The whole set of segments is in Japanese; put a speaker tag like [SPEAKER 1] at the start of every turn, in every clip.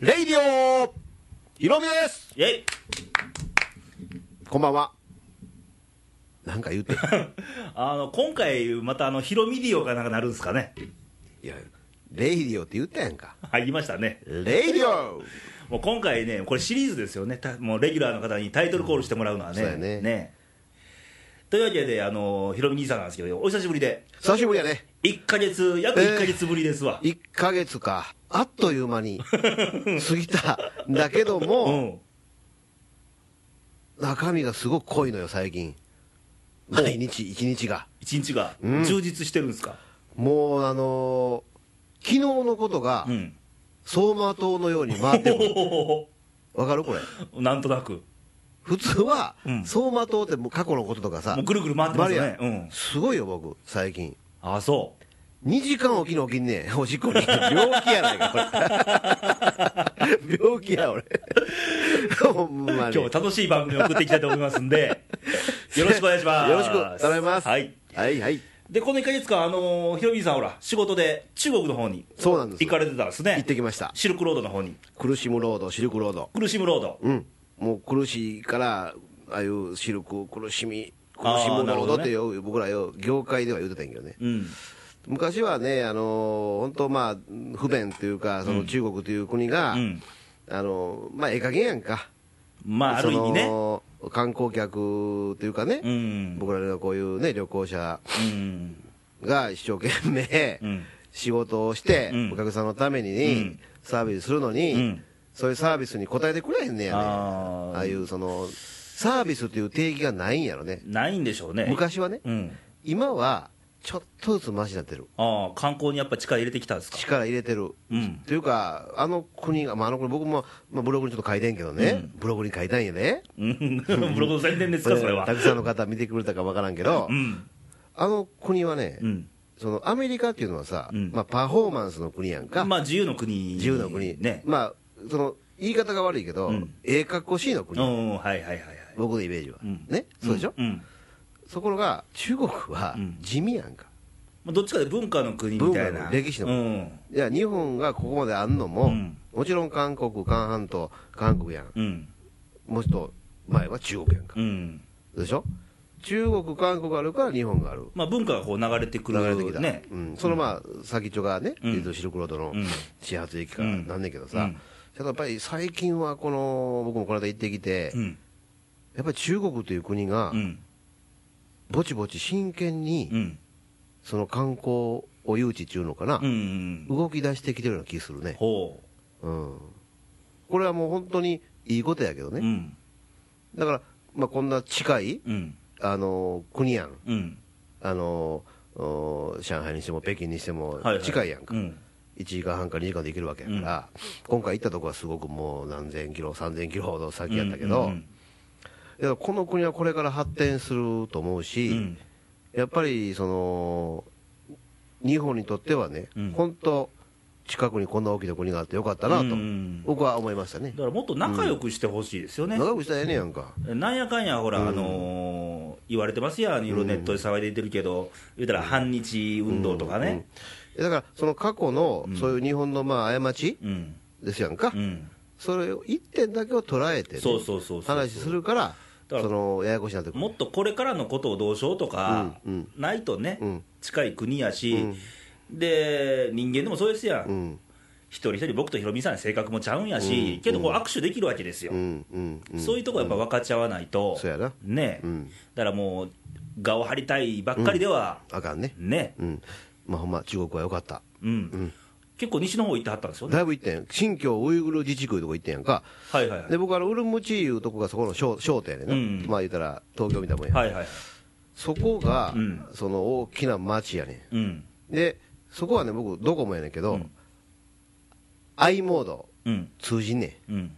[SPEAKER 1] レイディオ色味です
[SPEAKER 2] イェイ
[SPEAKER 1] こんばんは。なんか言うて。
[SPEAKER 2] あの今回またあのヒロミディオがなんかなるんですかね
[SPEAKER 1] いや、レイディオって言ったやんか。
[SPEAKER 2] 入りましたね
[SPEAKER 1] レイディオ
[SPEAKER 2] もう今回ねこれシリーズですよねたもうレギュラーの方にタイトルコールしてもらうのはね、
[SPEAKER 1] うんそうやね
[SPEAKER 2] というわけであのヒロミ兄さんなんですけどお久しぶりで
[SPEAKER 1] 久しぶりやね。
[SPEAKER 2] 1か月約
[SPEAKER 1] えー
[SPEAKER 2] 1か月ぶりですわ、
[SPEAKER 1] 1ヶ月か。あっという間に過ぎたんだけど
[SPEAKER 2] う
[SPEAKER 1] も、
[SPEAKER 2] ん
[SPEAKER 1] 中身がすごく濃いのよ、最近。毎日、一日が。
[SPEAKER 2] 一日が
[SPEAKER 1] うん
[SPEAKER 2] 充実してるんですか
[SPEAKER 1] もう、あのー昨日のことが
[SPEAKER 2] う、ん、
[SPEAKER 1] 走馬灯のように回ってく る。わかるこれ。
[SPEAKER 2] なんとなく
[SPEAKER 1] 普通は、
[SPEAKER 2] うん
[SPEAKER 1] 走馬灯ってもう過去のこととかさ
[SPEAKER 2] もう、ぐるぐる回ってますよね
[SPEAKER 1] 回る
[SPEAKER 2] う
[SPEAKER 1] やん
[SPEAKER 2] ん
[SPEAKER 1] すごいよ、僕、最近。
[SPEAKER 2] ああそ
[SPEAKER 1] 2時間おきに起きんねん、おしっこに。病気やないか、こ れ。病気や、俺。ほんまに。
[SPEAKER 2] う今日は楽しい番組を送っていきたいと思います んでよろしくお願いします
[SPEAKER 1] よろしく頼みます。
[SPEAKER 2] はい、
[SPEAKER 1] はい、はい。
[SPEAKER 2] でこの1か月間、あのーヒロミさん、ほら、仕事で中国の方に
[SPEAKER 1] そうなんです
[SPEAKER 2] 行。かれてたんですね、
[SPEAKER 1] 行ってきました。
[SPEAKER 2] シルクロードの方に、
[SPEAKER 1] 苦しむロード、シルクロード。
[SPEAKER 2] 苦しむロード、
[SPEAKER 1] うん。もう苦しいから、ああいうシルク、苦しみ、苦
[SPEAKER 2] あー
[SPEAKER 1] しむロードって
[SPEAKER 2] なる
[SPEAKER 1] よ、僕らよ、業界では言うてたんやけどね。
[SPEAKER 2] うん、
[SPEAKER 1] 昔はね、あのー本当、まあ、不便というか、その中国という国が、
[SPEAKER 2] うん
[SPEAKER 1] あのーまあ、ええ加減やんか、
[SPEAKER 2] まあ、あ
[SPEAKER 1] そ
[SPEAKER 2] る意味ね、
[SPEAKER 1] の観光客というかね、
[SPEAKER 2] うん
[SPEAKER 1] 僕らのこういう、ね、旅行者
[SPEAKER 2] うん、
[SPEAKER 1] が一生懸命、
[SPEAKER 2] うん
[SPEAKER 1] 仕事をして、
[SPEAKER 2] うん
[SPEAKER 1] お客さんのために、
[SPEAKER 2] うん
[SPEAKER 1] サービスするのに、
[SPEAKER 2] うん
[SPEAKER 1] そういうサービスに応えてくれへんねやね
[SPEAKER 2] あー
[SPEAKER 1] ああいうそのサービスという定義がないんやろね、
[SPEAKER 2] ないんでしょうね、
[SPEAKER 1] 昔はね、
[SPEAKER 2] うん、
[SPEAKER 1] 今はちょっとずつマシになってる。
[SPEAKER 2] ああ、観光にやっぱ力入れてきたんですか、
[SPEAKER 1] 力入れてる、
[SPEAKER 2] うん
[SPEAKER 1] というか、あの国が、まあ、あの国、僕も、まあ、ブログにちょっと書いてんけどね、ブログに書いたんやね、
[SPEAKER 2] うん、ブログの宣伝ですか、それは
[SPEAKER 1] た。くさんの方、見てくれたか分からんけど、
[SPEAKER 2] うん、
[SPEAKER 1] あの国はね、
[SPEAKER 2] うん、
[SPEAKER 1] そのアメリカっていうのはさ、
[SPEAKER 2] うん
[SPEAKER 1] まあ、パフォーマンスの国やんか、
[SPEAKER 2] まあ、自由の国、
[SPEAKER 1] 自由の国、
[SPEAKER 2] ね、
[SPEAKER 1] まあ、その言い方が悪いけど、
[SPEAKER 2] うん
[SPEAKER 1] ええ格好しいの
[SPEAKER 2] う
[SPEAKER 1] 国、
[SPEAKER 2] ん、うんはいはいはいはい、
[SPEAKER 1] 僕のイメージは、
[SPEAKER 2] うん
[SPEAKER 1] ね、そうでしょ、
[SPEAKER 2] うん、うん
[SPEAKER 1] ところが、中国は
[SPEAKER 2] うん
[SPEAKER 1] 地味やんか、
[SPEAKER 2] まあ、どっちかで文化の国みたい
[SPEAKER 1] 文化
[SPEAKER 2] な、
[SPEAKER 1] の歴史の
[SPEAKER 2] うん、
[SPEAKER 1] いや、日本がここまであんのも、
[SPEAKER 2] うん
[SPEAKER 1] もちろん韓国、韓半島、韓国やん、
[SPEAKER 2] うん、
[SPEAKER 1] もうちょっと前は中国やんか、
[SPEAKER 2] うん、
[SPEAKER 1] でしょ、中国、韓国あるから日本がある。
[SPEAKER 2] まあ、文化がこう流れてくる
[SPEAKER 1] 流れてきた、
[SPEAKER 2] ね、
[SPEAKER 1] うん、そのまあ先っちょがね、
[SPEAKER 2] うん
[SPEAKER 1] えっとシルクロードの
[SPEAKER 2] うん
[SPEAKER 1] 始発駅からなんねんけど
[SPEAKER 2] う
[SPEAKER 1] さち
[SPEAKER 2] ん、
[SPEAKER 1] ょっとやっぱり最近はこの、僕もこの間行ってきて
[SPEAKER 2] う、ん、
[SPEAKER 1] やっぱり中国という国が
[SPEAKER 2] う、ん、
[SPEAKER 1] ぼちぼち真剣に、
[SPEAKER 2] うん、
[SPEAKER 1] その観光を誘致っていうのかな
[SPEAKER 2] う、ん、
[SPEAKER 1] 動き出してきてるような気するね、
[SPEAKER 2] ほ
[SPEAKER 1] うん、これはもう本当にいいことやけど
[SPEAKER 2] う、
[SPEAKER 1] ね、
[SPEAKER 2] うん、
[SPEAKER 1] だから、まあ、こんな近い、
[SPEAKER 2] うん、
[SPEAKER 1] あの国やん、
[SPEAKER 2] うん、
[SPEAKER 1] あのお上海にしても北京にしても
[SPEAKER 2] はは
[SPEAKER 1] 近いやんか
[SPEAKER 2] う。ん、
[SPEAKER 1] 1時間半から2時間で行けるわけやから、今回行ったとこはすごくもう何千キロ、3000キロほど先やったけど、
[SPEAKER 2] うんうん
[SPEAKER 1] いやこの国はこれから発展すると思うし、
[SPEAKER 2] うん
[SPEAKER 1] やっぱりその日本にとってはね、
[SPEAKER 2] うん
[SPEAKER 1] 本当、近くにこんな大きな国があってよかったなと、
[SPEAKER 2] うんうん
[SPEAKER 1] 僕は思いましたね
[SPEAKER 2] だ。からもっと仲良くしてほしいですよね、
[SPEAKER 1] 長くしたらええねやんか、
[SPEAKER 2] なんやかんや、ほら、あのー言われてますやん、いろいろネットで騒いでてるけど、言うたら反日運動とかね、
[SPEAKER 1] だからその過去のそういう日本のまあ過ち
[SPEAKER 2] うん、
[SPEAKER 1] ですやんか、
[SPEAKER 2] うん、
[SPEAKER 1] それを一点だけを捉えてね、
[SPEAKER 2] そうそうそうそう
[SPEAKER 1] 話するから、
[SPEAKER 2] だか
[SPEAKER 1] そ
[SPEAKER 2] ら
[SPEAKER 1] のややこしになってくる
[SPEAKER 2] もっとこれからのことをどうしようとか、
[SPEAKER 1] うんうん
[SPEAKER 2] ないとね、
[SPEAKER 1] うん
[SPEAKER 2] 近い国やし、で人間でもそうですやん、
[SPEAKER 1] うん
[SPEAKER 2] 一人一人、僕とヒロミさん、性格もちゃうんやし、けどこう握手できるわけですよ。
[SPEAKER 1] うんうんうん
[SPEAKER 2] そういうとこやっぱ分かち合わないと、
[SPEAKER 1] そうやな
[SPEAKER 2] ね、
[SPEAKER 1] うん
[SPEAKER 2] だからもう、我を張りたいばっかりでは、
[SPEAKER 1] あかんね
[SPEAKER 2] ね、
[SPEAKER 1] うんまあほんま中国は良かった
[SPEAKER 2] うん、結構西の方行ってはったんですよね、
[SPEAKER 1] だいぶ行ってん新疆ウイグル自治区いうとこ行ってんやんか
[SPEAKER 2] はいはいはい、
[SPEAKER 1] で僕あのウルムチいうとこがそこの商商店やねんな、
[SPEAKER 2] うん
[SPEAKER 1] まあ言ったら東京みたいなもんや、
[SPEAKER 2] はいはいはい、
[SPEAKER 1] そこが、
[SPEAKER 2] うん
[SPEAKER 1] その大きな町やね
[SPEAKER 2] うん、
[SPEAKER 1] んでそこはね僕ドコモやねんけど、i モード
[SPEAKER 2] うん、
[SPEAKER 1] 通じんねん
[SPEAKER 2] うん、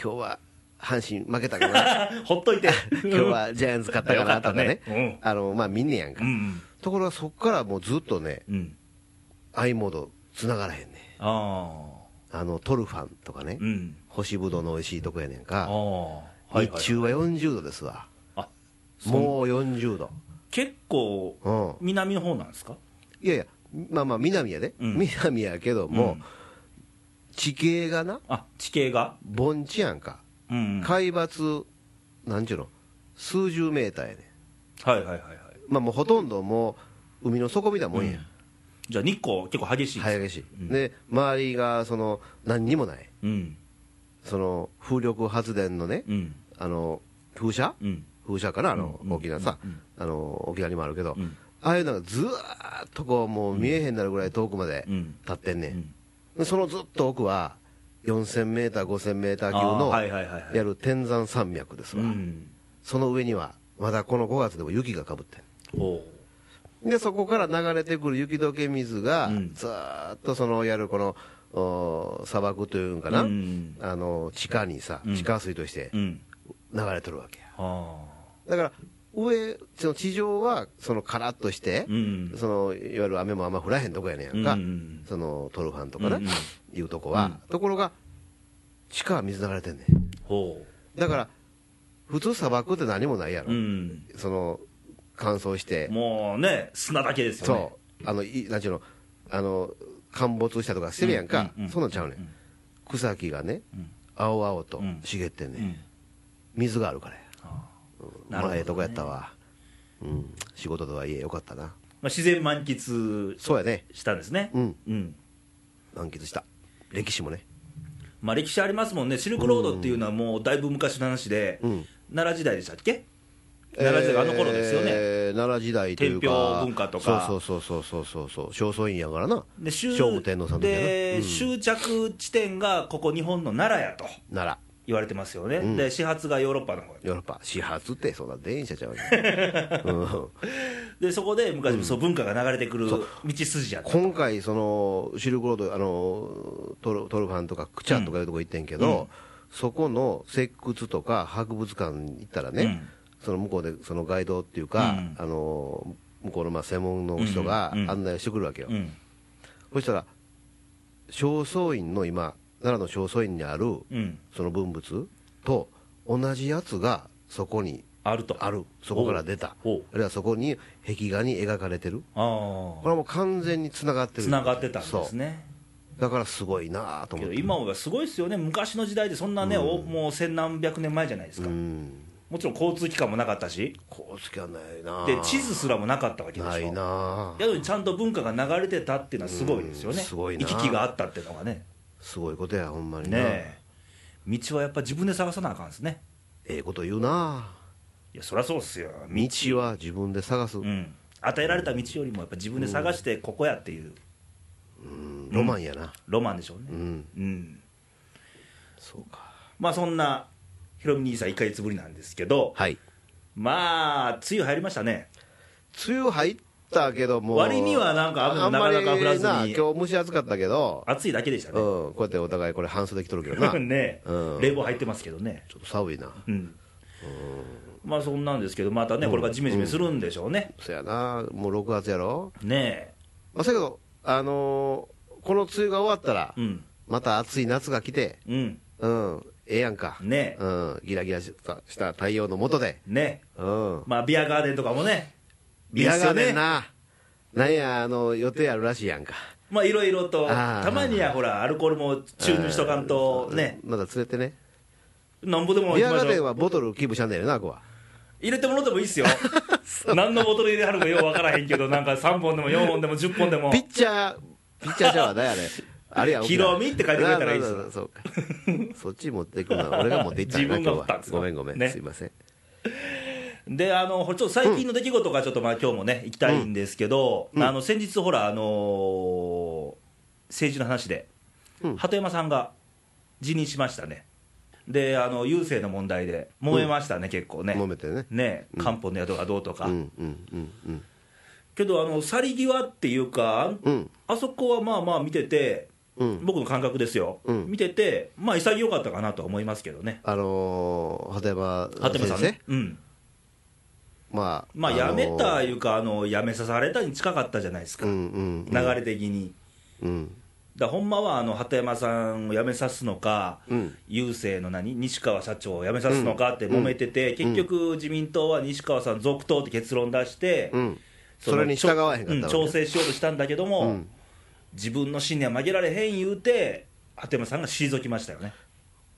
[SPEAKER 1] 今日は阪神負けたかな
[SPEAKER 2] ほっといて、
[SPEAKER 1] 今日はジャイアンツ勝ったかなとかね
[SPEAKER 2] よかったね
[SPEAKER 1] あのまあ見んねやんか、
[SPEAKER 2] うん、
[SPEAKER 1] ところがそこからもうずっとね
[SPEAKER 2] うん、うん、
[SPEAKER 1] i モード繋がらへんねん
[SPEAKER 2] あ
[SPEAKER 1] あのトルファンとかね、
[SPEAKER 2] あ、うん、
[SPEAKER 1] 干しぶどうの美味しいとこやねん
[SPEAKER 2] ああ、
[SPEAKER 1] か、
[SPEAKER 2] はいはい、
[SPEAKER 1] 日中は40度ですわ、
[SPEAKER 2] あ
[SPEAKER 1] もう40度、
[SPEAKER 2] 結構、
[SPEAKER 1] う
[SPEAKER 2] 南の方なんですか、
[SPEAKER 1] ん、いやいや、まあまあ、南やで、
[SPEAKER 2] うん
[SPEAKER 1] 南やけども、地形がな
[SPEAKER 2] あ地形が、
[SPEAKER 1] 盆地やんか
[SPEAKER 2] うんはい
[SPEAKER 1] 海抜なんちゅうの数十メーターやね
[SPEAKER 2] はいはいはい
[SPEAKER 1] まあもうほとんどもう海の底みたいなもんや、
[SPEAKER 2] じゃあ日光結構激しいです
[SPEAKER 1] 激しい、で周りがその何にもない
[SPEAKER 2] うん
[SPEAKER 1] その風力発電のね、
[SPEAKER 2] うん
[SPEAKER 1] あの風車、
[SPEAKER 2] うん
[SPEAKER 1] 風車かなあの、
[SPEAKER 2] うん
[SPEAKER 1] 沖縄さ、あの沖縄にもあるけど、
[SPEAKER 2] うん
[SPEAKER 1] ああいうのがずーっとこうもう見えへんなるぐらい遠くまで
[SPEAKER 2] うん
[SPEAKER 1] 立ってんね、
[SPEAKER 2] うん
[SPEAKER 1] ん、そのずっと奥は4000メーター5000メーター級
[SPEAKER 2] あー
[SPEAKER 1] の
[SPEAKER 2] はいはいはいはい
[SPEAKER 1] やる天山山脈です
[SPEAKER 2] う
[SPEAKER 1] わ、
[SPEAKER 2] ん
[SPEAKER 1] その上にはまだこの5月でも雪がかぶってん
[SPEAKER 2] おう
[SPEAKER 1] でそこから流れてくる雪解け水が、
[SPEAKER 2] うん
[SPEAKER 1] ずーっとそのやるこのお砂漠というんかな、
[SPEAKER 2] うん
[SPEAKER 1] あの地下にさ、地下水として
[SPEAKER 2] うん
[SPEAKER 1] 流れとるわけや、
[SPEAKER 2] あ
[SPEAKER 1] だから上、その地上はそのカラッとして
[SPEAKER 2] あ、うん
[SPEAKER 1] そのいわゆる雨もあんま降らへんとこやねんやんか、
[SPEAKER 2] うん
[SPEAKER 1] そのトルファンとかな、
[SPEAKER 2] うんうん
[SPEAKER 1] いうとこは、ところが、地下は水流れてんね
[SPEAKER 2] ほ
[SPEAKER 1] ん、だから、普通、砂漠って何もないや
[SPEAKER 2] う
[SPEAKER 1] ろ、
[SPEAKER 2] うん
[SPEAKER 1] その乾燥して、
[SPEAKER 2] もうね砂だけですよね
[SPEAKER 1] そう、あのいなんちゅうの、あの陥没したとかしてるやんか、
[SPEAKER 2] うんうんうん
[SPEAKER 1] そんなんちゃうねん、
[SPEAKER 2] うん
[SPEAKER 1] 草木がね、
[SPEAKER 2] ん
[SPEAKER 1] 青々と
[SPEAKER 2] うん
[SPEAKER 1] 茂ってんね、
[SPEAKER 2] うん
[SPEAKER 1] ん、水があるからや、
[SPEAKER 2] あ
[SPEAKER 1] うん
[SPEAKER 2] なる
[SPEAKER 1] ま
[SPEAKER 2] ほどね
[SPEAKER 1] あええとこやったわ、うん、仕事とはいえ、よかったな、
[SPEAKER 2] ーまあ自然満喫
[SPEAKER 1] そうやね、
[SPEAKER 2] したんですね
[SPEAKER 1] うん
[SPEAKER 2] うん
[SPEAKER 1] 満喫した、歴史もね、
[SPEAKER 2] まあ歴史ありますもんねシルクロードっていうのはもうだいぶ昔の話で
[SPEAKER 1] うん
[SPEAKER 2] 奈良時代でしたっけ奈良時代があの頃ですよね
[SPEAKER 1] えー奈良時代というか、
[SPEAKER 2] 天平文化とか
[SPEAKER 1] そうそうそうそうそうそう、正倉院やからな、
[SPEAKER 2] で
[SPEAKER 1] 聖
[SPEAKER 2] 終
[SPEAKER 1] 武天皇さんの時や
[SPEAKER 2] で終着地点がここ日本の奈良やと
[SPEAKER 1] な、奈
[SPEAKER 2] 言われてますよね、
[SPEAKER 1] ん
[SPEAKER 2] で始発がヨーロッパの方
[SPEAKER 1] 良、ヨーロッパ、始発って、そうだ、電車ちゃうね、 うん
[SPEAKER 2] でそこで昔、そう文化が流れてくる道筋やった
[SPEAKER 1] 今回、そのシルクロード、あのトルトルファンとかクチャンとかいうとこ行ってんけど、そこの石窟とか博物館行ったらね、
[SPEAKER 2] うん
[SPEAKER 1] その向こうでそのガイドっていうか、
[SPEAKER 2] うん
[SPEAKER 1] あの向こうのまあ専門の人が
[SPEAKER 2] うんうん
[SPEAKER 1] 案内をしてくるわけよ、
[SPEAKER 2] うん
[SPEAKER 1] そしたら、正倉院の今、奈良の正倉院にある
[SPEAKER 2] うん
[SPEAKER 1] その文物と同じやつがそこに
[SPEAKER 2] あると
[SPEAKER 1] ある、そこから出た、あ
[SPEAKER 2] ほうほう
[SPEAKER 1] るいはそこに壁画に描かれてる、
[SPEAKER 2] あ
[SPEAKER 1] これ
[SPEAKER 2] あ
[SPEAKER 1] はもう完全につながってる
[SPEAKER 2] つながってたんです
[SPEAKER 1] そう
[SPEAKER 2] ね
[SPEAKER 1] だからすごいなぁと
[SPEAKER 2] け
[SPEAKER 1] 思っ
[SPEAKER 2] ど
[SPEAKER 1] て
[SPEAKER 2] 今はすごいですよね昔の時代でそんなね、おもう千何百年前じゃないですか、
[SPEAKER 1] うん
[SPEAKER 2] もちろん交通機関もなかったし
[SPEAKER 1] こうつきはないなぁ
[SPEAKER 2] で地図すらもなかったわけでしょ
[SPEAKER 1] ないなぁ
[SPEAKER 2] やのにちゃんと文化が流れてたっていうのはすごいですよね、
[SPEAKER 1] うんすごいな
[SPEAKER 2] 行き来があったっていうのがね
[SPEAKER 1] すごいことやほんまにな
[SPEAKER 2] ねえ道はやっぱ自分で探さなあかんですね
[SPEAKER 1] ええこと言うない
[SPEAKER 2] やそりゃそうっすよ
[SPEAKER 1] ぁ道は自分で探す、
[SPEAKER 2] うん、与えられた道よりもやっぱ自分で探してここやっていう
[SPEAKER 1] うんロマンやな
[SPEAKER 2] ロマンでしょうね
[SPEAKER 1] うん、
[SPEAKER 2] うん
[SPEAKER 1] そうか
[SPEAKER 2] まあそんなひろみ兄さん1か月ぶりなんですけど
[SPEAKER 1] はい
[SPEAKER 2] まあ梅雨入りましたね
[SPEAKER 1] 梅雨入ったけども
[SPEAKER 2] 割にはなんか雨もなかなか降らずに
[SPEAKER 1] あんまりな今日蒸し暑かったけど、
[SPEAKER 2] 暑いだけでし
[SPEAKER 1] う
[SPEAKER 2] た
[SPEAKER 1] ん、
[SPEAKER 2] ね
[SPEAKER 1] こうやってお互いこれ半袖着とるけどなちょ
[SPEAKER 2] ね、
[SPEAKER 1] うん
[SPEAKER 2] 冷房入ってますけどね
[SPEAKER 1] っと寒いな
[SPEAKER 2] うんまあそんなんですけどまたねこれがジメジメするんでしょうね、
[SPEAKER 1] そやなもう6月やろ
[SPEAKER 2] ね
[SPEAKER 1] まあせやけどあのーこの梅雨が終わったら、
[SPEAKER 2] えうん
[SPEAKER 1] また暑い夏が来て
[SPEAKER 2] うん
[SPEAKER 1] うんええやんか
[SPEAKER 2] ねえ
[SPEAKER 1] うんギラギラしたした太陽の下で
[SPEAKER 2] ねえ
[SPEAKER 1] うん
[SPEAKER 2] まあビアガーデンとかもね
[SPEAKER 1] ビアガーデン
[SPEAKER 2] いいっすよね
[SPEAKER 1] ななんやあの予定あるらしいやんか
[SPEAKER 2] まあいろいろと
[SPEAKER 1] あー
[SPEAKER 2] たまにはほらアルコールも注入しとかんとね
[SPEAKER 1] まだ連れてね
[SPEAKER 2] なんぼでも
[SPEAKER 1] ビ
[SPEAKER 2] 行
[SPEAKER 1] ア
[SPEAKER 2] き
[SPEAKER 1] ガ
[SPEAKER 2] ま
[SPEAKER 1] ーデ
[SPEAKER 2] し
[SPEAKER 1] ン
[SPEAKER 2] ょう
[SPEAKER 1] はボトルキープしゃんねんなあこは
[SPEAKER 2] 入れてもらってもいい っすよ何のボトル入れはるかようわからへんけどなんか3本でも4本でも10本でも
[SPEAKER 1] ピッチャーピッチャーじゃわだや ねあれや
[SPEAKER 2] ヒロミって書いてくれたらいいっす
[SPEAKER 1] なななそうか そっち持っていくのは俺が持っていったんやな
[SPEAKER 2] 自分が
[SPEAKER 1] 今
[SPEAKER 2] 持
[SPEAKER 1] 日
[SPEAKER 2] ったん
[SPEAKER 1] は
[SPEAKER 2] ですよ
[SPEAKER 1] ごめんごめん、
[SPEAKER 2] ね
[SPEAKER 1] すいません
[SPEAKER 2] であのちょっと最近の出来事がちょっとまあ今日もね行きたいんですけど、あの先日ほらあのー政治の話で、
[SPEAKER 1] うん
[SPEAKER 2] 鳩山さんが辞任しましたねであの郵政の問題で揉めましたね、結構ね
[SPEAKER 1] 揉めてね
[SPEAKER 2] ね官報の宿がどうとか、
[SPEAKER 1] うんうんうんうん
[SPEAKER 2] けどあの去り際っていうかあん
[SPEAKER 1] うん
[SPEAKER 2] あそこはまあまあ見てて、
[SPEAKER 1] うん
[SPEAKER 2] 僕の感覚ですよ、
[SPEAKER 1] うん
[SPEAKER 2] 見てて、まあ潔かったかなとは思いますけどね、
[SPEAKER 1] あのー、鳩山
[SPEAKER 2] 鳩山さん
[SPEAKER 1] 先
[SPEAKER 2] ね
[SPEAKER 1] 生、
[SPEAKER 2] うん、
[SPEAKER 1] まあ、
[SPEAKER 2] まあ
[SPEAKER 1] のー
[SPEAKER 2] 辞めたいうか、あの辞めさされたに近かったじゃないですか、
[SPEAKER 1] うんうんうん
[SPEAKER 2] 流れ的に。
[SPEAKER 1] うん
[SPEAKER 2] だからほんまはあの鳩山さんを辞めさすのか、
[SPEAKER 1] うん
[SPEAKER 2] 郵政の何、西川社長を辞めさすのかって揉めてて、
[SPEAKER 1] うん
[SPEAKER 2] 結局、自民党は西川さん続投って結論出して、
[SPEAKER 1] うん
[SPEAKER 2] の
[SPEAKER 1] それに従わへんかったわけ
[SPEAKER 2] うん調整しようとしたんだけども、
[SPEAKER 1] うん
[SPEAKER 2] 自分の信念は曲げられへん言うて、鳩山さんが退きましたよね。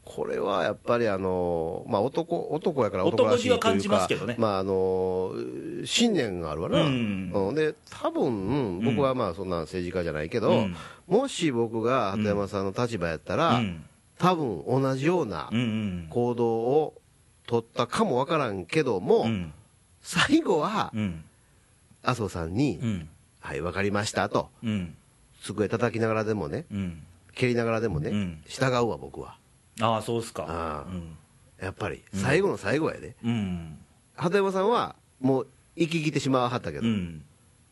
[SPEAKER 1] これはやっぱりあの、まあ、男男やから男らしいというか
[SPEAKER 2] 男気は感じますけどね
[SPEAKER 1] まあ、あの信念があるわな、
[SPEAKER 2] うん
[SPEAKER 1] うんで多分僕はまあそんな政治家じゃないけど、
[SPEAKER 2] うん
[SPEAKER 1] もし僕が鳩山さんの立場やった
[SPEAKER 2] う
[SPEAKER 1] ら、
[SPEAKER 2] ん
[SPEAKER 1] 多分同じような
[SPEAKER 2] うんうん
[SPEAKER 1] 行動を取ったかもわからんけども、
[SPEAKER 2] うん
[SPEAKER 1] 最後は
[SPEAKER 2] うん
[SPEAKER 1] 麻生さんに、
[SPEAKER 2] うん
[SPEAKER 1] はい、わかりましたと、
[SPEAKER 2] うん
[SPEAKER 1] 机叩きながらでもね、
[SPEAKER 2] うん
[SPEAKER 1] 蹴りながらでもね、
[SPEAKER 2] うん
[SPEAKER 1] 従うわ、僕は。
[SPEAKER 2] ああそうっすか
[SPEAKER 1] あ
[SPEAKER 2] う
[SPEAKER 1] あ
[SPEAKER 2] ん
[SPEAKER 1] やっぱり、最後の最後やで、
[SPEAKER 2] うん
[SPEAKER 1] 鳩山さんはもう生ききってしまわはったけ
[SPEAKER 2] う
[SPEAKER 1] ど、
[SPEAKER 2] ん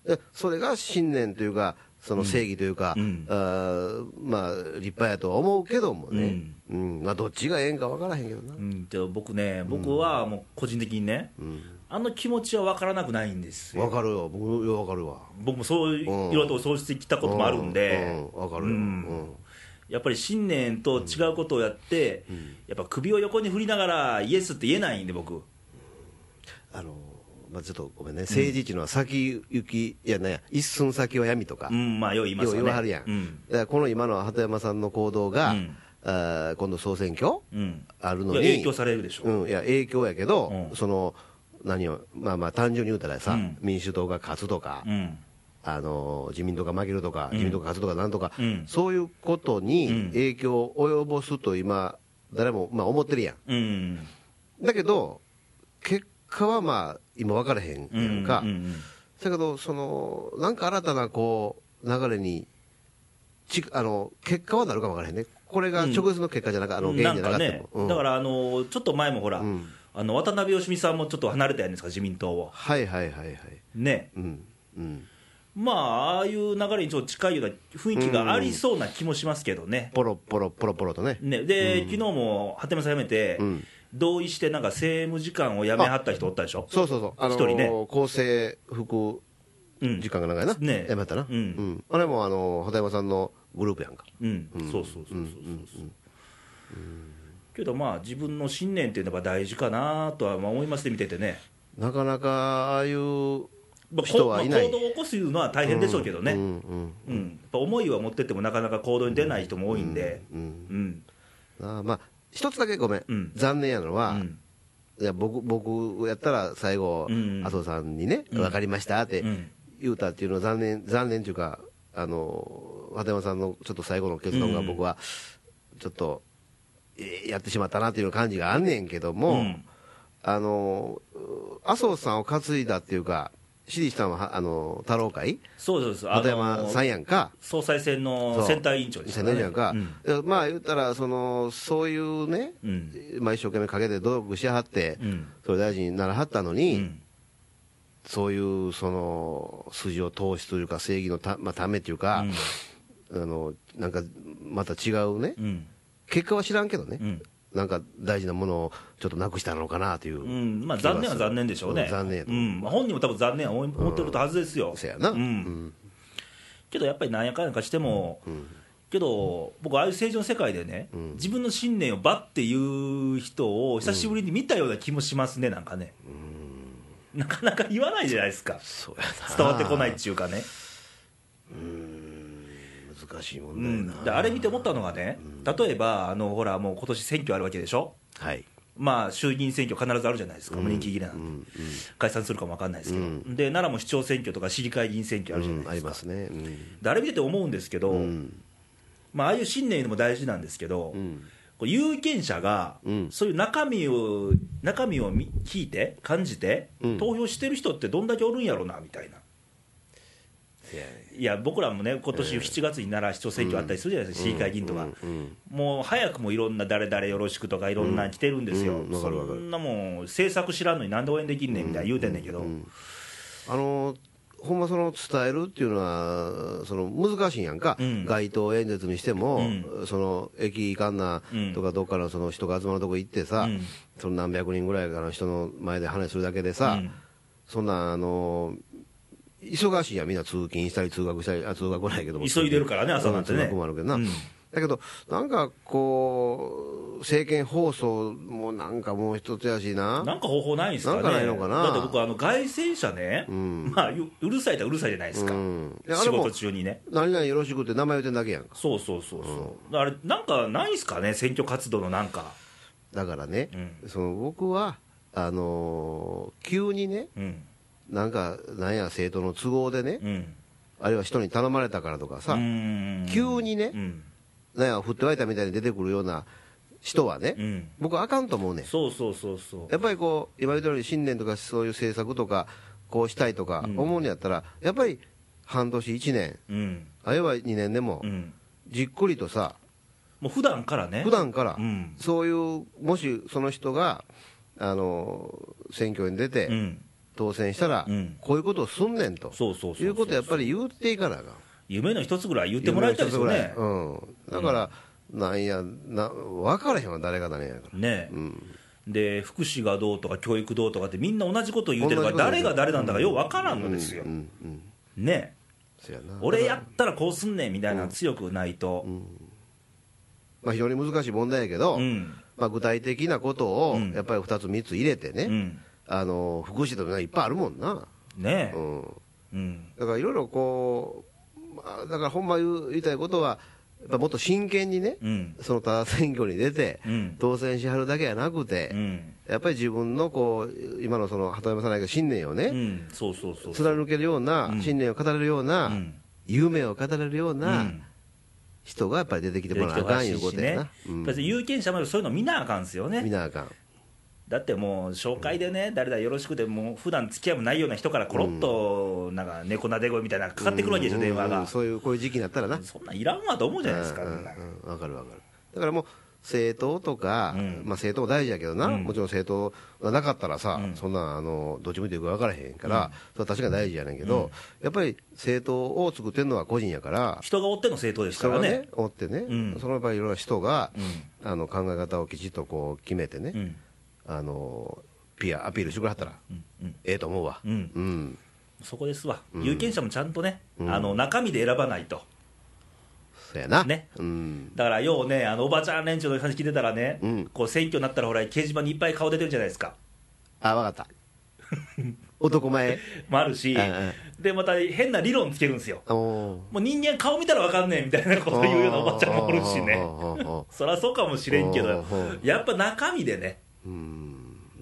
[SPEAKER 1] でそれが信念というか、その正義というか、
[SPEAKER 2] うん
[SPEAKER 1] あーまあ、立派やとは思うけどもね、うんまあ、どっちがええんかわからへんけどな
[SPEAKER 2] う。んけど僕ね僕はもう個人的にね
[SPEAKER 1] うん
[SPEAKER 2] あの気持ちは分からなくないんです
[SPEAKER 1] わ
[SPEAKER 2] よ
[SPEAKER 1] かるよ、僕よ、わかるわ。
[SPEAKER 2] 僕もそうい
[SPEAKER 1] うん
[SPEAKER 2] ろいろとそうしてきたこともあるんで
[SPEAKER 1] うんうんわかるよ。う
[SPEAKER 2] う
[SPEAKER 1] んん
[SPEAKER 2] やっぱり信念と違うことをやってやっぱ首を横に振りながらイエスって言えないんで僕
[SPEAKER 1] あのまあ、ちょっとごめんね、政治っていうのは先行き、いやね、一寸先は闇とか、
[SPEAKER 2] うんまあよう言います
[SPEAKER 1] よう
[SPEAKER 2] よね
[SPEAKER 1] 言わはるやん、
[SPEAKER 2] うん
[SPEAKER 1] だからこの今の鳩山さんの行動
[SPEAKER 2] う
[SPEAKER 1] が
[SPEAKER 2] ん、
[SPEAKER 1] あー今度、総選挙
[SPEAKER 2] うん
[SPEAKER 1] ある
[SPEAKER 2] い
[SPEAKER 1] の
[SPEAKER 2] や
[SPEAKER 1] に、
[SPEAKER 2] 影響されるでしょ
[SPEAKER 1] うん、いや影響やけど、
[SPEAKER 2] うん
[SPEAKER 1] その何を、まあまあ、単純に言うたらさ、
[SPEAKER 2] うん
[SPEAKER 1] 民主党が勝つとか、
[SPEAKER 2] うん
[SPEAKER 1] あの自民党が負けるとか、自民党が勝つとか、なんとか、
[SPEAKER 2] うん
[SPEAKER 1] そういうこと
[SPEAKER 2] うん
[SPEAKER 1] に影響を及ぼすと今、誰も、まあ、思ってるやん。
[SPEAKER 2] うん
[SPEAKER 1] だけど、結果はまあ、今分からへん
[SPEAKER 2] うん
[SPEAKER 1] やんか。
[SPEAKER 2] うんうん
[SPEAKER 1] だけど、その、なんか新たなこう、流れに、ちあの、結果はなるかも分からへんね。これが直接の結果じゃなく、あの、原
[SPEAKER 2] な
[SPEAKER 1] 因
[SPEAKER 2] ん
[SPEAKER 1] じゃなか
[SPEAKER 2] か
[SPEAKER 1] った
[SPEAKER 2] ね
[SPEAKER 1] も、うん
[SPEAKER 2] だからあのちょっと前もほら、
[SPEAKER 1] うん
[SPEAKER 2] あの渡辺芳美さんもちょっと離れたじゃないですか、自民党を。
[SPEAKER 1] はいはいはいはい。
[SPEAKER 2] ね、
[SPEAKER 1] うん。うん。
[SPEAKER 2] まあ、ああいう流れにちょっと近いような雰囲気がありそうな気もしますけどね、
[SPEAKER 1] ポロポロポロポロとね。
[SPEAKER 2] ねで、昨日も鳩山さん辞めて、
[SPEAKER 1] うん
[SPEAKER 2] 同意して、なんか政務次官を辞めはった人おったでしょ、
[SPEAKER 1] そうそうそう。あの
[SPEAKER 2] 一人ね
[SPEAKER 1] 構成副
[SPEAKER 2] うん
[SPEAKER 1] 時間が長いな。
[SPEAKER 2] ね
[SPEAKER 1] やめたな。
[SPEAKER 2] うん
[SPEAKER 1] んあれも、あの、畑山さんのグループやんか。
[SPEAKER 2] うん、そうそうそうそうそう、けどまあ、自分の信念っていうのが大事かなとはまあ思いますね、見ててね。
[SPEAKER 1] なかなか、ああいう
[SPEAKER 2] まあこ
[SPEAKER 1] 人はいない
[SPEAKER 2] まあ行動を起こすのは大変でしょうけどね、
[SPEAKER 1] うんうん
[SPEAKER 2] うんやっぱ思いは持ってってもなかなか行動に出ない人も多いんで、
[SPEAKER 1] うんうん
[SPEAKER 2] うん
[SPEAKER 1] あーまあ一つだけごめん、
[SPEAKER 2] うん
[SPEAKER 1] 残念やのは、
[SPEAKER 2] うん
[SPEAKER 1] いや僕僕やったら最後、
[SPEAKER 2] うん
[SPEAKER 1] 麻生さんにね、
[SPEAKER 2] うん
[SPEAKER 1] 分かりましたって
[SPEAKER 2] うん
[SPEAKER 1] 言うたっていうのは残念、残念というか、あの鳩山さんのちょっと最後の結論が
[SPEAKER 2] うん
[SPEAKER 1] 僕は、ちょっと、えーやってしまったなという感じがあんねんけども、
[SPEAKER 2] うん
[SPEAKER 1] あの麻生さんを担いだっていうか、私利したんははあの太郎会、
[SPEAKER 2] そうそうそう、あの
[SPEAKER 1] 鳩山さんやんか。
[SPEAKER 2] 総裁選の選対委員長です
[SPEAKER 1] 選
[SPEAKER 2] か
[SPEAKER 1] 対
[SPEAKER 2] らね
[SPEAKER 1] 委員長や
[SPEAKER 2] うんん
[SPEAKER 1] か、まあ言ったらその、そういうね、
[SPEAKER 2] うん
[SPEAKER 1] まあ、一生懸命かけて努力しはって、
[SPEAKER 2] うん
[SPEAKER 1] それ大臣にならはったの
[SPEAKER 2] う
[SPEAKER 1] に、
[SPEAKER 2] ん
[SPEAKER 1] そういうその筋を通しというか、正義のた,、まあ、ためというか、あの、なんかまた違うね、
[SPEAKER 2] うん
[SPEAKER 1] 結果は知らんけどね、
[SPEAKER 2] うん
[SPEAKER 1] なんか大事なものをちょっとなくしたのかなという、
[SPEAKER 2] うんまあ、残念は残念でしょうね、
[SPEAKER 1] うん残念やと
[SPEAKER 2] う
[SPEAKER 1] 思うん
[SPEAKER 2] まあ、本人も多分残念は思い思ってることはずですよ、
[SPEAKER 1] せやな、
[SPEAKER 2] うんけどやっぱりなんやかんやかしても、けど僕、ああいう政治の世界でね、自分の信念をばっていう人を久しぶりに見たような気もしますね、なんかね、なかなか言わないじゃないですか、
[SPEAKER 1] そうやな、
[SPEAKER 2] 伝わってこないっていうかね。
[SPEAKER 1] 難しい問
[SPEAKER 2] う
[SPEAKER 1] 題や
[SPEAKER 2] ん
[SPEAKER 1] な、、
[SPEAKER 2] であれ見て思ったのがね、例えば、あのほら、もう今年選挙あるわけでしょ、
[SPEAKER 1] はい、
[SPEAKER 2] まあ、衆議院選挙、必ずあるじゃないですか、もう任期切れなん
[SPEAKER 1] う
[SPEAKER 2] て、
[SPEAKER 1] ん
[SPEAKER 2] 解散するかも分かんないですけど、
[SPEAKER 1] う
[SPEAKER 2] で奈良も市長選挙とか市議会議員選挙あ
[SPEAKER 1] う
[SPEAKER 2] るじゃ
[SPEAKER 1] ん
[SPEAKER 2] な
[SPEAKER 1] う
[SPEAKER 2] い
[SPEAKER 1] ん、
[SPEAKER 2] で
[SPEAKER 1] あり
[SPEAKER 2] すか、
[SPEAKER 1] ますね、うん
[SPEAKER 2] であれ見てて思うんですけど、
[SPEAKER 1] うん
[SPEAKER 2] まあ、ああいう信念も大事なんですけど、
[SPEAKER 1] うん
[SPEAKER 2] こう有権者が
[SPEAKER 1] うん
[SPEAKER 2] そういう中身を中身を見聞いて、感じて、
[SPEAKER 1] うん
[SPEAKER 2] 投票してる人ってどんだけおるんやろうなみたいな。
[SPEAKER 1] せやね
[SPEAKER 2] いや僕らもね、今年7月に奈良市長選挙あったりするじゃないですか、市議会議員とか、
[SPEAKER 1] うんうん
[SPEAKER 2] もう早くもいろんな誰々よろしくとかいろんな来てるんですよ、
[SPEAKER 1] うんうんわかるわかる
[SPEAKER 2] そんなもん政策知らんのになんで応援できんねんみたいな言うてんねんけど、
[SPEAKER 1] うんあのほんまその伝えるっていうのはその難しいんやんか、
[SPEAKER 2] うん
[SPEAKER 1] 街頭演説にしても、
[SPEAKER 2] うん
[SPEAKER 1] その駅行かんな
[SPEAKER 2] うん
[SPEAKER 1] とかどっかのその人が集まるとこ行ってさ、
[SPEAKER 2] うん
[SPEAKER 1] その何百人ぐらいかの人の前で話するだけでさ、
[SPEAKER 2] うん
[SPEAKER 1] そんなあの忙しいやんみんな通勤したり通学したりあ通学はないけども
[SPEAKER 2] 急いでるからね朝なんてね
[SPEAKER 1] 通学もあるけどな、
[SPEAKER 2] うん
[SPEAKER 1] だだけど、なんかこう、政見放送もなんかもう一つやしな、
[SPEAKER 2] なんか方法ないんですかね、
[SPEAKER 1] なんかないのかな
[SPEAKER 2] だって僕、あの凱旋者ね、
[SPEAKER 1] ん
[SPEAKER 2] まあ、ううるさいとはうるさいじゃないですか、
[SPEAKER 1] うんいやあ
[SPEAKER 2] 仕
[SPEAKER 1] れも
[SPEAKER 2] 事中にね、
[SPEAKER 1] 何々よろしくって名前言ってんだけやんか、
[SPEAKER 2] そうそうそうそう、あれ、なんかないんすかね、選挙活動のなんか、
[SPEAKER 1] だからね、
[SPEAKER 2] う
[SPEAKER 1] その僕は、あのー急にね、
[SPEAKER 2] うん、
[SPEAKER 1] なんか、なんや、政党の都合でね、
[SPEAKER 2] うん、
[SPEAKER 1] あるいは人に頼まれたからとかさ、
[SPEAKER 2] うん
[SPEAKER 1] 急にね
[SPEAKER 2] うん、
[SPEAKER 1] なんや、振って湧いたみたいに出てくるような人はね、
[SPEAKER 2] うん、
[SPEAKER 1] 僕、あかんと思うねん。
[SPEAKER 2] そうそうそうそう、
[SPEAKER 1] やっぱりこう、今言ったように信念とかそういう政策とか、こうしたいとか
[SPEAKER 2] うん
[SPEAKER 1] 思うんやったら、やっぱり半年、1年、
[SPEAKER 2] うん、
[SPEAKER 1] あるいは2年でも
[SPEAKER 2] う、ん、
[SPEAKER 1] じっくりとさ、
[SPEAKER 2] もう普段からね、
[SPEAKER 1] 普段から
[SPEAKER 2] う、ん、
[SPEAKER 1] そういう、もしその人が、あの、選挙に出
[SPEAKER 2] う
[SPEAKER 1] て
[SPEAKER 2] ん、
[SPEAKER 1] 当選したら
[SPEAKER 2] うん、
[SPEAKER 1] こういうことをすんねんと。
[SPEAKER 2] そうそうそうそう、
[SPEAKER 1] いうことをやっぱり言っていかなあかん。
[SPEAKER 2] 夢の一つぐらい言ってもらいたいですよね、
[SPEAKER 1] うん。だから、なんや、な、分からへんわ、誰が誰やから。
[SPEAKER 2] ね、で福祉がどうとか教育どうとかってみんな同じこと言うてるから
[SPEAKER 1] 同じこと
[SPEAKER 2] 誰が誰なんだかようわからんのですよ、
[SPEAKER 1] うんうん。
[SPEAKER 2] ね
[SPEAKER 1] そやな。
[SPEAKER 2] 俺やったらこうすんねんみたいな強くないと、
[SPEAKER 1] まあ非常に難しい問題やけど、
[SPEAKER 2] うん
[SPEAKER 1] まあ、具体的なことを
[SPEAKER 2] うん
[SPEAKER 1] やっぱり2つ、3つ入れてね、
[SPEAKER 2] うん
[SPEAKER 1] あの福祉とかいっぱいあるもんな、
[SPEAKER 2] ね
[SPEAKER 1] う、ん、
[SPEAKER 2] うん、
[SPEAKER 1] だからいろいろこう、まあ、だからほんま言う言いたいことは、やっぱもっと真剣にね、
[SPEAKER 2] うん、
[SPEAKER 1] その他選挙に出て、
[SPEAKER 2] うん、
[SPEAKER 1] 当選しはるだけじゃなくて、
[SPEAKER 2] うん、
[SPEAKER 1] やっぱり自分のこう今のその鳩山さんないけど、信念を
[SPEAKER 2] う
[SPEAKER 1] ね、
[SPEAKER 2] ん、そうそうそう、
[SPEAKER 1] 貫けるような、
[SPEAKER 2] うん
[SPEAKER 1] 信念を語れるような、
[SPEAKER 2] うん
[SPEAKER 1] 夢を語れるよう
[SPEAKER 2] う
[SPEAKER 1] な、
[SPEAKER 2] ん、
[SPEAKER 1] 人がやっぱり出てきて
[SPEAKER 2] 出
[SPEAKER 1] も
[SPEAKER 2] て
[SPEAKER 1] ら
[SPEAKER 2] き
[SPEAKER 1] わな
[SPEAKER 2] て
[SPEAKER 1] あ
[SPEAKER 2] ほ
[SPEAKER 1] かん
[SPEAKER 2] し
[SPEAKER 1] い
[SPEAKER 2] いう
[SPEAKER 1] こ
[SPEAKER 2] し
[SPEAKER 1] とや
[SPEAKER 2] ね
[SPEAKER 1] な、うん、
[SPEAKER 2] 別に有権者までそういうの見なあかんですよ
[SPEAKER 1] 見
[SPEAKER 2] ね、
[SPEAKER 1] なあかん。
[SPEAKER 2] だってもう、紹介でね、誰だよろしくて、もう普段付き合いもないような人から、ころっと、なんか、猫なで声みたいなのかかってくるわけでしょ、
[SPEAKER 1] うんうんう
[SPEAKER 2] 電
[SPEAKER 1] ん
[SPEAKER 2] 話が。
[SPEAKER 1] そういうこういう時期になったらな
[SPEAKER 2] そんなんいらんわと思うじゃないですか、
[SPEAKER 1] うん
[SPEAKER 2] みんな
[SPEAKER 1] うんうんわかるわかるだからもう政党とか、
[SPEAKER 2] うん
[SPEAKER 1] まあ、政党も大事やけどな、
[SPEAKER 2] うん
[SPEAKER 1] もちろん政党がなかったらさ、
[SPEAKER 2] うん
[SPEAKER 1] そんなんあのどっちも言うか分からへんから、それは確かに大事やねんけど、やっぱり政党を作ってるのは個人やから、
[SPEAKER 2] 人が追っての政党ですか
[SPEAKER 1] 人
[SPEAKER 2] ら
[SPEAKER 1] が
[SPEAKER 2] ね。
[SPEAKER 1] ね、おってね、
[SPEAKER 2] うん
[SPEAKER 1] その場合、いろんな人が、
[SPEAKER 2] う
[SPEAKER 1] あの考え方をきちっとこう決めてね、
[SPEAKER 2] んうん
[SPEAKER 1] あのピアアピールしてくれはったら、
[SPEAKER 2] うんうん
[SPEAKER 1] ええと思うわ、
[SPEAKER 2] うん
[SPEAKER 1] うん、
[SPEAKER 2] そこですわ、有権者もちゃんとね、
[SPEAKER 1] うん
[SPEAKER 2] あの中身で選ばないと、
[SPEAKER 1] そやな、
[SPEAKER 2] ね
[SPEAKER 1] うん、
[SPEAKER 2] だからようね、あのおばちゃん連中の話聞いてたらね、
[SPEAKER 1] うん
[SPEAKER 2] こう選挙になったら、ほら、掲示板にいっぱい顔出てるじゃないですか、
[SPEAKER 1] あ分か った、男前、
[SPEAKER 2] もあるし、
[SPEAKER 1] うん
[SPEAKER 2] で、また変な理論つけるんですよ、
[SPEAKER 1] おー
[SPEAKER 2] もう人間、顔見たらわかんねえみたいなこと言うようなおばちゃんもおるしね、
[SPEAKER 1] ね。
[SPEAKER 2] そりゃそうかもしれんけど
[SPEAKER 1] うんうん、
[SPEAKER 2] やっぱ中身でね、
[SPEAKER 1] うん、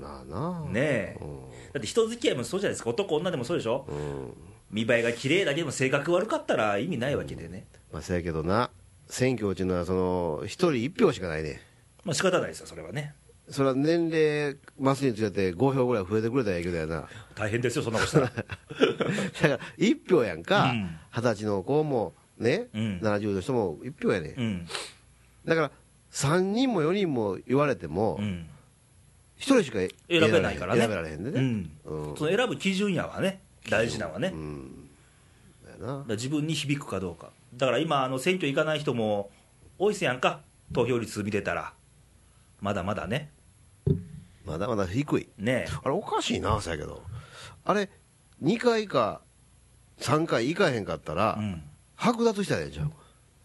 [SPEAKER 1] なあなあ。
[SPEAKER 2] ねえ
[SPEAKER 1] う、
[SPEAKER 2] だって人付き合いもそうじゃないですか、男、女でもそうでしょ、
[SPEAKER 1] ん。うん。
[SPEAKER 2] 見栄えが綺麗だけでも性格悪かったら意味ないわけでね、
[SPEAKER 1] まあ、せやけどな、選挙うちのは、その、一人一票しかないね。
[SPEAKER 2] まあ仕方ないですよ、それはね。
[SPEAKER 1] それは年齢増すにつれて5票ぐらい増えてくれたらええけどやな。
[SPEAKER 2] 大変ですよ、そんなことしたら。
[SPEAKER 1] だから、1票やんか
[SPEAKER 2] うん、
[SPEAKER 1] 二十歳の子もね、
[SPEAKER 2] うん
[SPEAKER 1] 70の人も1票やね。
[SPEAKER 2] うん、
[SPEAKER 1] だから、3人も4人も言われても
[SPEAKER 2] う、ん、
[SPEAKER 1] 一人しか選
[SPEAKER 2] 選べないからね
[SPEAKER 1] 選べられへんで
[SPEAKER 2] う
[SPEAKER 1] ね。
[SPEAKER 2] ん、
[SPEAKER 1] うん。
[SPEAKER 2] その選ぶ基準やわね、大事なのはね、
[SPEAKER 1] う
[SPEAKER 2] だか
[SPEAKER 1] ん。だよな。
[SPEAKER 2] ら自分に響くかどうか、だから今、あの選挙行かない人も多いせやんか、投票率見てたら、まだまだね、
[SPEAKER 1] まだまだ低い。
[SPEAKER 2] ね
[SPEAKER 1] あれおかしいな、そやけど、あれ、2回か3回行かへんかった ら
[SPEAKER 2] え、う、ん、
[SPEAKER 1] 剥奪したらええんちゃう選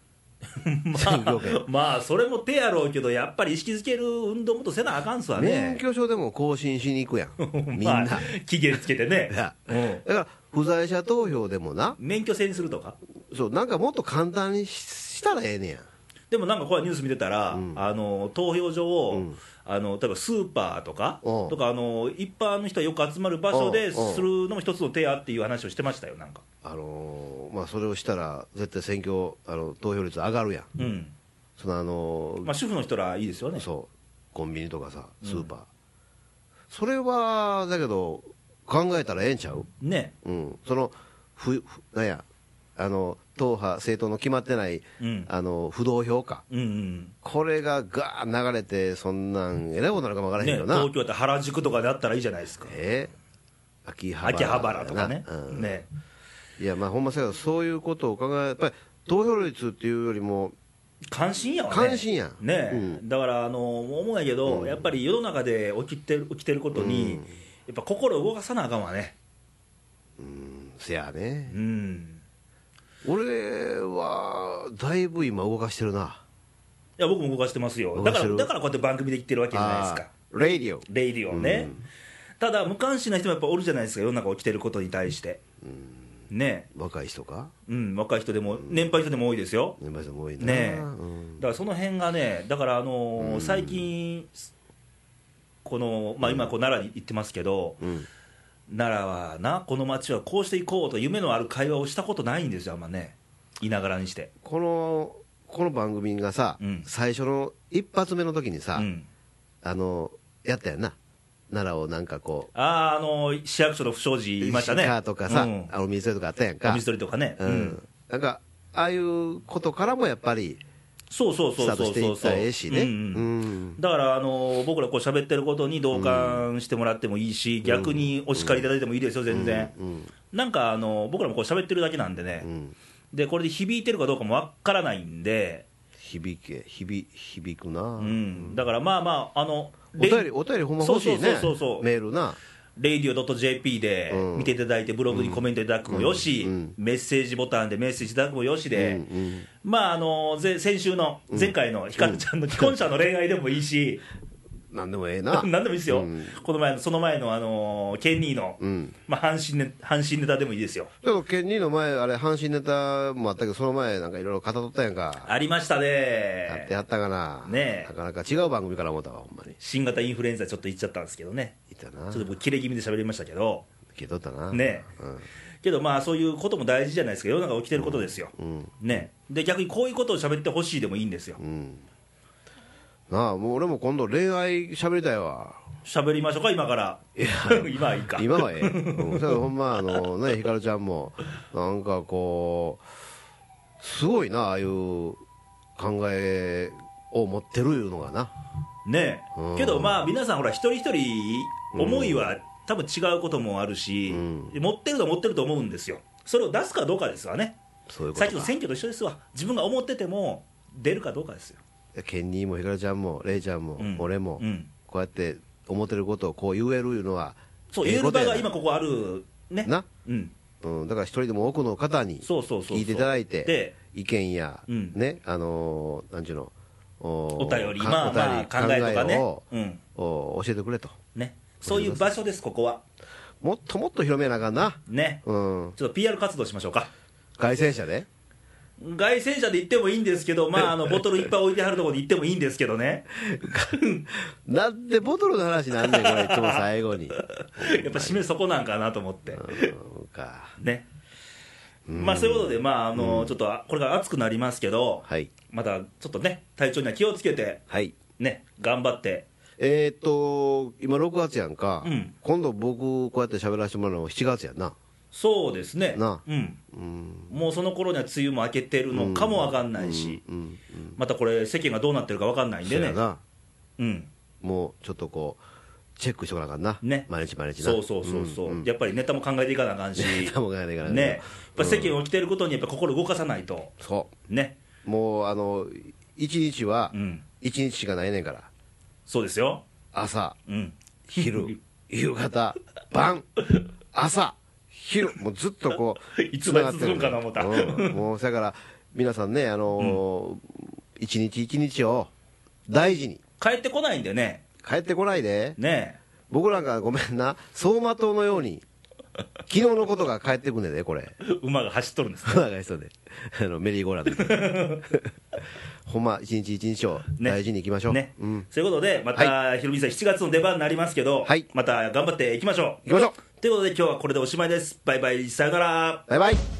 [SPEAKER 2] ま
[SPEAKER 1] 挙
[SPEAKER 2] あ
[SPEAKER 1] 権、
[SPEAKER 2] まあ、それも手やろうけど、やっぱり意識づける運動もとせなあかんすわ
[SPEAKER 1] 免
[SPEAKER 2] ね、
[SPEAKER 1] 許証でも更新しに行くやん、みん
[SPEAKER 2] ま
[SPEAKER 1] な。
[SPEAKER 2] あ、 期限つけてね
[SPEAKER 1] い、や
[SPEAKER 2] うん、
[SPEAKER 1] だから、不在者投票でもな、
[SPEAKER 2] 免許制にするとか、
[SPEAKER 1] そう、なんかもっと簡単にししたらええねや
[SPEAKER 2] でもなんかこれニュース見てたら、あの投票所を、あの例えばスーパーとか、
[SPEAKER 1] うん
[SPEAKER 2] とかあの一般の人がよく集まる場所
[SPEAKER 1] うん
[SPEAKER 2] で
[SPEAKER 1] うん
[SPEAKER 2] するのも一つの手やっていう話をしてましたよ、なんか。
[SPEAKER 1] あのーまあ、それをしたら、絶対選挙あの投票率上がるやん、
[SPEAKER 2] うん
[SPEAKER 1] そのあのー
[SPEAKER 2] まあ、主婦の人らいいですよね、
[SPEAKER 1] そう、コンビニとかさ、スーパー、それはだけど、考えたらええんちゃう
[SPEAKER 2] ね、
[SPEAKER 1] うん、そのふふなんやあの党派、政党の決まってない、
[SPEAKER 2] うん
[SPEAKER 1] あの不動票か、
[SPEAKER 2] うんうん
[SPEAKER 1] これががー流れて、そんなん、えらいことになるかもわからへん
[SPEAKER 2] ね
[SPEAKER 1] けどな、
[SPEAKER 2] 東京だって原宿とかであったらいいじゃないですか、
[SPEAKER 1] えー秋葉原
[SPEAKER 2] 秋葉原とかね、
[SPEAKER 1] うん
[SPEAKER 2] ね
[SPEAKER 1] いや、まあ、ほんまそうやけどそういうことを考えやっぱり投票率っていうよりも、
[SPEAKER 2] 関心やわね、
[SPEAKER 1] 関心やん
[SPEAKER 2] ね、
[SPEAKER 1] う
[SPEAKER 2] だからあの思うんやけど、やっぱり世の中で起きてる起きてることに、やっぱ心動かさなあかんわね。
[SPEAKER 1] うんせやね、
[SPEAKER 2] うん
[SPEAKER 1] 俺はだいぶ今、動かしてるな、
[SPEAKER 2] や、僕も動かしてますよ、
[SPEAKER 1] 動
[SPEAKER 2] だ
[SPEAKER 1] か
[SPEAKER 2] か
[SPEAKER 1] して
[SPEAKER 2] ら
[SPEAKER 1] る
[SPEAKER 2] だからこうやって番組で言ってるわけじゃないですか、
[SPEAKER 1] あーレイディオ
[SPEAKER 2] レイディオね、ただ、無関心な人もやっぱおるじゃないですか、世の中起きてることに対して、ね
[SPEAKER 1] 若い人か
[SPEAKER 2] うん、若い人でも、年配の人でも多いですよ、
[SPEAKER 1] 年配さんも多いな
[SPEAKER 2] ねえ
[SPEAKER 1] うん
[SPEAKER 2] だからその辺がね、だから、あのー
[SPEAKER 1] うん
[SPEAKER 2] 最近、このまあ、今、こう奈良に行ってますけど、
[SPEAKER 1] うん
[SPEAKER 2] 奈良はな、この町はこうしていこうと、夢のある会話をしたことないんですよ、あんまね、いながらにして。
[SPEAKER 1] このこの番組がさ、
[SPEAKER 2] うん
[SPEAKER 1] 最初の一発目の時にさ、
[SPEAKER 2] うん
[SPEAKER 1] あのやったやんな奈良をなんかこう
[SPEAKER 2] あーあのー市役所の不祥事いましたね。
[SPEAKER 1] 石川とかさ、
[SPEAKER 2] うん
[SPEAKER 1] あの水戸とかあったやんか
[SPEAKER 2] お水取りとかね、
[SPEAKER 1] う
[SPEAKER 2] うんん
[SPEAKER 1] なんかああいうことからもやっぱり
[SPEAKER 2] そうそうそ
[SPEAKER 1] ス
[SPEAKER 2] う
[SPEAKER 1] ター
[SPEAKER 2] そ
[SPEAKER 1] ト
[SPEAKER 2] う
[SPEAKER 1] して
[SPEAKER 2] そ
[SPEAKER 1] いうったらええしね
[SPEAKER 2] う
[SPEAKER 1] うん
[SPEAKER 2] うん
[SPEAKER 1] ん
[SPEAKER 2] だから、あのー僕らこう喋ってることに同感してもらってもいいし、逆にお叱りいただいてもいいですよ、全然。
[SPEAKER 1] うん
[SPEAKER 2] なんか、あのー僕らもこう喋ってるだけなんでね、
[SPEAKER 1] うん
[SPEAKER 2] でこれで響いてるかどうかもわからないんで、
[SPEAKER 1] 響け響響くな、
[SPEAKER 2] うんだからまあまあ、あの
[SPEAKER 1] お
[SPEAKER 2] レイ
[SPEAKER 1] 便りお便りほんま欲しいね
[SPEAKER 2] そうそうそうそう
[SPEAKER 1] メールな
[SPEAKER 2] レイディオ .jp で
[SPEAKER 1] うん
[SPEAKER 2] 見ていただいて、ブログにコメントいただくもよし、
[SPEAKER 1] うんうん
[SPEAKER 2] メッセージボタンでメッセージいただくもよしで。
[SPEAKER 1] うんうん
[SPEAKER 2] まああのぜ先週の前回のひかるちゃんの既婚者の恋愛でもいいし、
[SPEAKER 1] なんでもえ えな
[SPEAKER 2] 何でもいいですよ、
[SPEAKER 1] うん
[SPEAKER 2] この前のその前の、あのケンニーの、
[SPEAKER 1] うん
[SPEAKER 2] まあ、阪神ネ阪神ネタでもいいですよ、
[SPEAKER 1] でもケンニーの前あれ阪神ネタもあったけどその前なんかいろいろ語っとったやんか
[SPEAKER 2] ありました
[SPEAKER 1] やって
[SPEAKER 2] ね、
[SPEAKER 1] やったかな
[SPEAKER 2] ねえ
[SPEAKER 1] なかなか違う番組から思ったわほんまに
[SPEAKER 2] 新型インフルエンザちょっと言っちゃったんですけどね、
[SPEAKER 1] いた
[SPEAKER 2] ちょ
[SPEAKER 1] な
[SPEAKER 2] っと僕、キレ気味で喋りましたけど、
[SPEAKER 1] 聞いとったな
[SPEAKER 2] ねけどまあそういうことも大事じゃないですか、世の中起きてることですよ、
[SPEAKER 1] うん
[SPEAKER 2] ね、で逆にこういうことを喋ってほしいでもいいんですよ
[SPEAKER 1] う、んなあもう俺も今度恋愛喋りたいわ
[SPEAKER 2] 喋りましょうか、今から、 今はいいか、
[SPEAKER 1] 今 はええ、うん、それほんまあのねひかるちゃんもなんかこうすごいなああいう考えを持ってるいうのがな
[SPEAKER 2] ねえ
[SPEAKER 1] うん
[SPEAKER 2] けどまあ皆さんほら一人一人思いは多分違うこともあるし、
[SPEAKER 1] う
[SPEAKER 2] 持ってるとは持ってると思うんですよそれを出すかどうかですわね
[SPEAKER 1] そういうこ
[SPEAKER 2] さっ
[SPEAKER 1] と
[SPEAKER 2] きの
[SPEAKER 1] か
[SPEAKER 2] 選挙と一緒ですわ自分が思ってても出るかどうかですよ、
[SPEAKER 1] ケンニーもひかるちゃんもレイちゃんも、
[SPEAKER 2] うん
[SPEAKER 1] 俺も、
[SPEAKER 2] うん
[SPEAKER 1] こうやって思ってることをこう言えるいうのは
[SPEAKER 2] そう
[SPEAKER 1] え
[SPEAKER 2] 言える
[SPEAKER 1] こと
[SPEAKER 2] 場
[SPEAKER 1] やな
[SPEAKER 2] が今ここあるね
[SPEAKER 1] な、
[SPEAKER 2] うん、
[SPEAKER 1] うん、だから一人でも多くの方に
[SPEAKER 2] そうそうそうそう
[SPEAKER 1] 聞いていただいて
[SPEAKER 2] で
[SPEAKER 1] 意見や、
[SPEAKER 2] うん
[SPEAKER 1] ねあのーなんちゅうのお
[SPEAKER 2] お
[SPEAKER 1] ー
[SPEAKER 2] 便り
[SPEAKER 1] か
[SPEAKER 2] まあまあ
[SPEAKER 1] お
[SPEAKER 2] 考
[SPEAKER 1] 便
[SPEAKER 2] え
[SPEAKER 1] り
[SPEAKER 2] とかね
[SPEAKER 1] を
[SPEAKER 2] うん
[SPEAKER 1] お教えてくれと
[SPEAKER 2] ねそういう場所ですここは
[SPEAKER 1] もっともっと広めなあかんな
[SPEAKER 2] ね
[SPEAKER 1] うん
[SPEAKER 2] ちょっと PR 活動しましょうか
[SPEAKER 1] 外戦車で
[SPEAKER 2] 外戦車で行ってもいいんですけど、まあ、あのボトルいっぱい置いてはるところで行ってもいいんですけど ね、
[SPEAKER 1] なんでボトルの話なんねんこれいつも最後に
[SPEAKER 2] やっぱ締めそこなんかなと思って、
[SPEAKER 1] うんか
[SPEAKER 2] ね、まあそういうことで、まああのちょっとあこれから暑くなりますけど、
[SPEAKER 1] はい
[SPEAKER 2] またちょっとね、体調には気をつけて、
[SPEAKER 1] はい
[SPEAKER 2] ね、頑張って、
[SPEAKER 1] えー、っと今6月やんか、
[SPEAKER 2] うん
[SPEAKER 1] 今度僕こうやって喋らせてもらうの7月やんな
[SPEAKER 2] そうですね、
[SPEAKER 1] な
[SPEAKER 2] うん、
[SPEAKER 1] うん
[SPEAKER 2] もうその頃には梅雨も明けてるのかもわかんないし、
[SPEAKER 1] うんうん
[SPEAKER 2] またこれ、世間がどうなってるかわかんないん
[SPEAKER 1] そ
[SPEAKER 2] で
[SPEAKER 1] う
[SPEAKER 2] ね
[SPEAKER 1] や、な
[SPEAKER 2] うん、
[SPEAKER 1] もうちょっとこうチェックしとかなあかんな、
[SPEAKER 2] ね
[SPEAKER 1] 毎日毎日な
[SPEAKER 2] そうそうそうそう、
[SPEAKER 1] んん
[SPEAKER 2] やっぱりネタも考えていかなあかん し、
[SPEAKER 1] 多分考えないから
[SPEAKER 2] ね、やっぱ世間を起きてることにやっぱ心動かさないと、
[SPEAKER 1] そ
[SPEAKER 2] ね、
[SPEAKER 1] うもうあの一日は
[SPEAKER 2] うん、
[SPEAKER 1] 一日しかないねんから
[SPEAKER 2] そうですよ、
[SPEAKER 1] 朝
[SPEAKER 2] うん、
[SPEAKER 1] 昼夕方晩朝昼もうずっとこう
[SPEAKER 2] いつまで続くんかな思った
[SPEAKER 1] 繋がってるうんもうそやから皆さんねあのー一日一日を大事に
[SPEAKER 2] 帰ってこないんでね、
[SPEAKER 1] 帰ってこないで
[SPEAKER 2] ね。
[SPEAKER 1] 僕なんかごめんな走馬灯のように昨日のことが帰ってくんねんでこれ
[SPEAKER 2] 馬が走っとるんですね
[SPEAKER 1] 長い人であのメリーゴーランドみたいな ほんま一日一日を大事にいきましょう、
[SPEAKER 2] ね
[SPEAKER 1] うん、
[SPEAKER 2] そういうことでまた、ひろみさん7月の出番になりますけど、
[SPEAKER 1] はい
[SPEAKER 2] また頑張っていきましょ
[SPEAKER 1] いきましょう
[SPEAKER 2] うということで今日はこれでおしまいですバイバイさよなら
[SPEAKER 1] バイバイ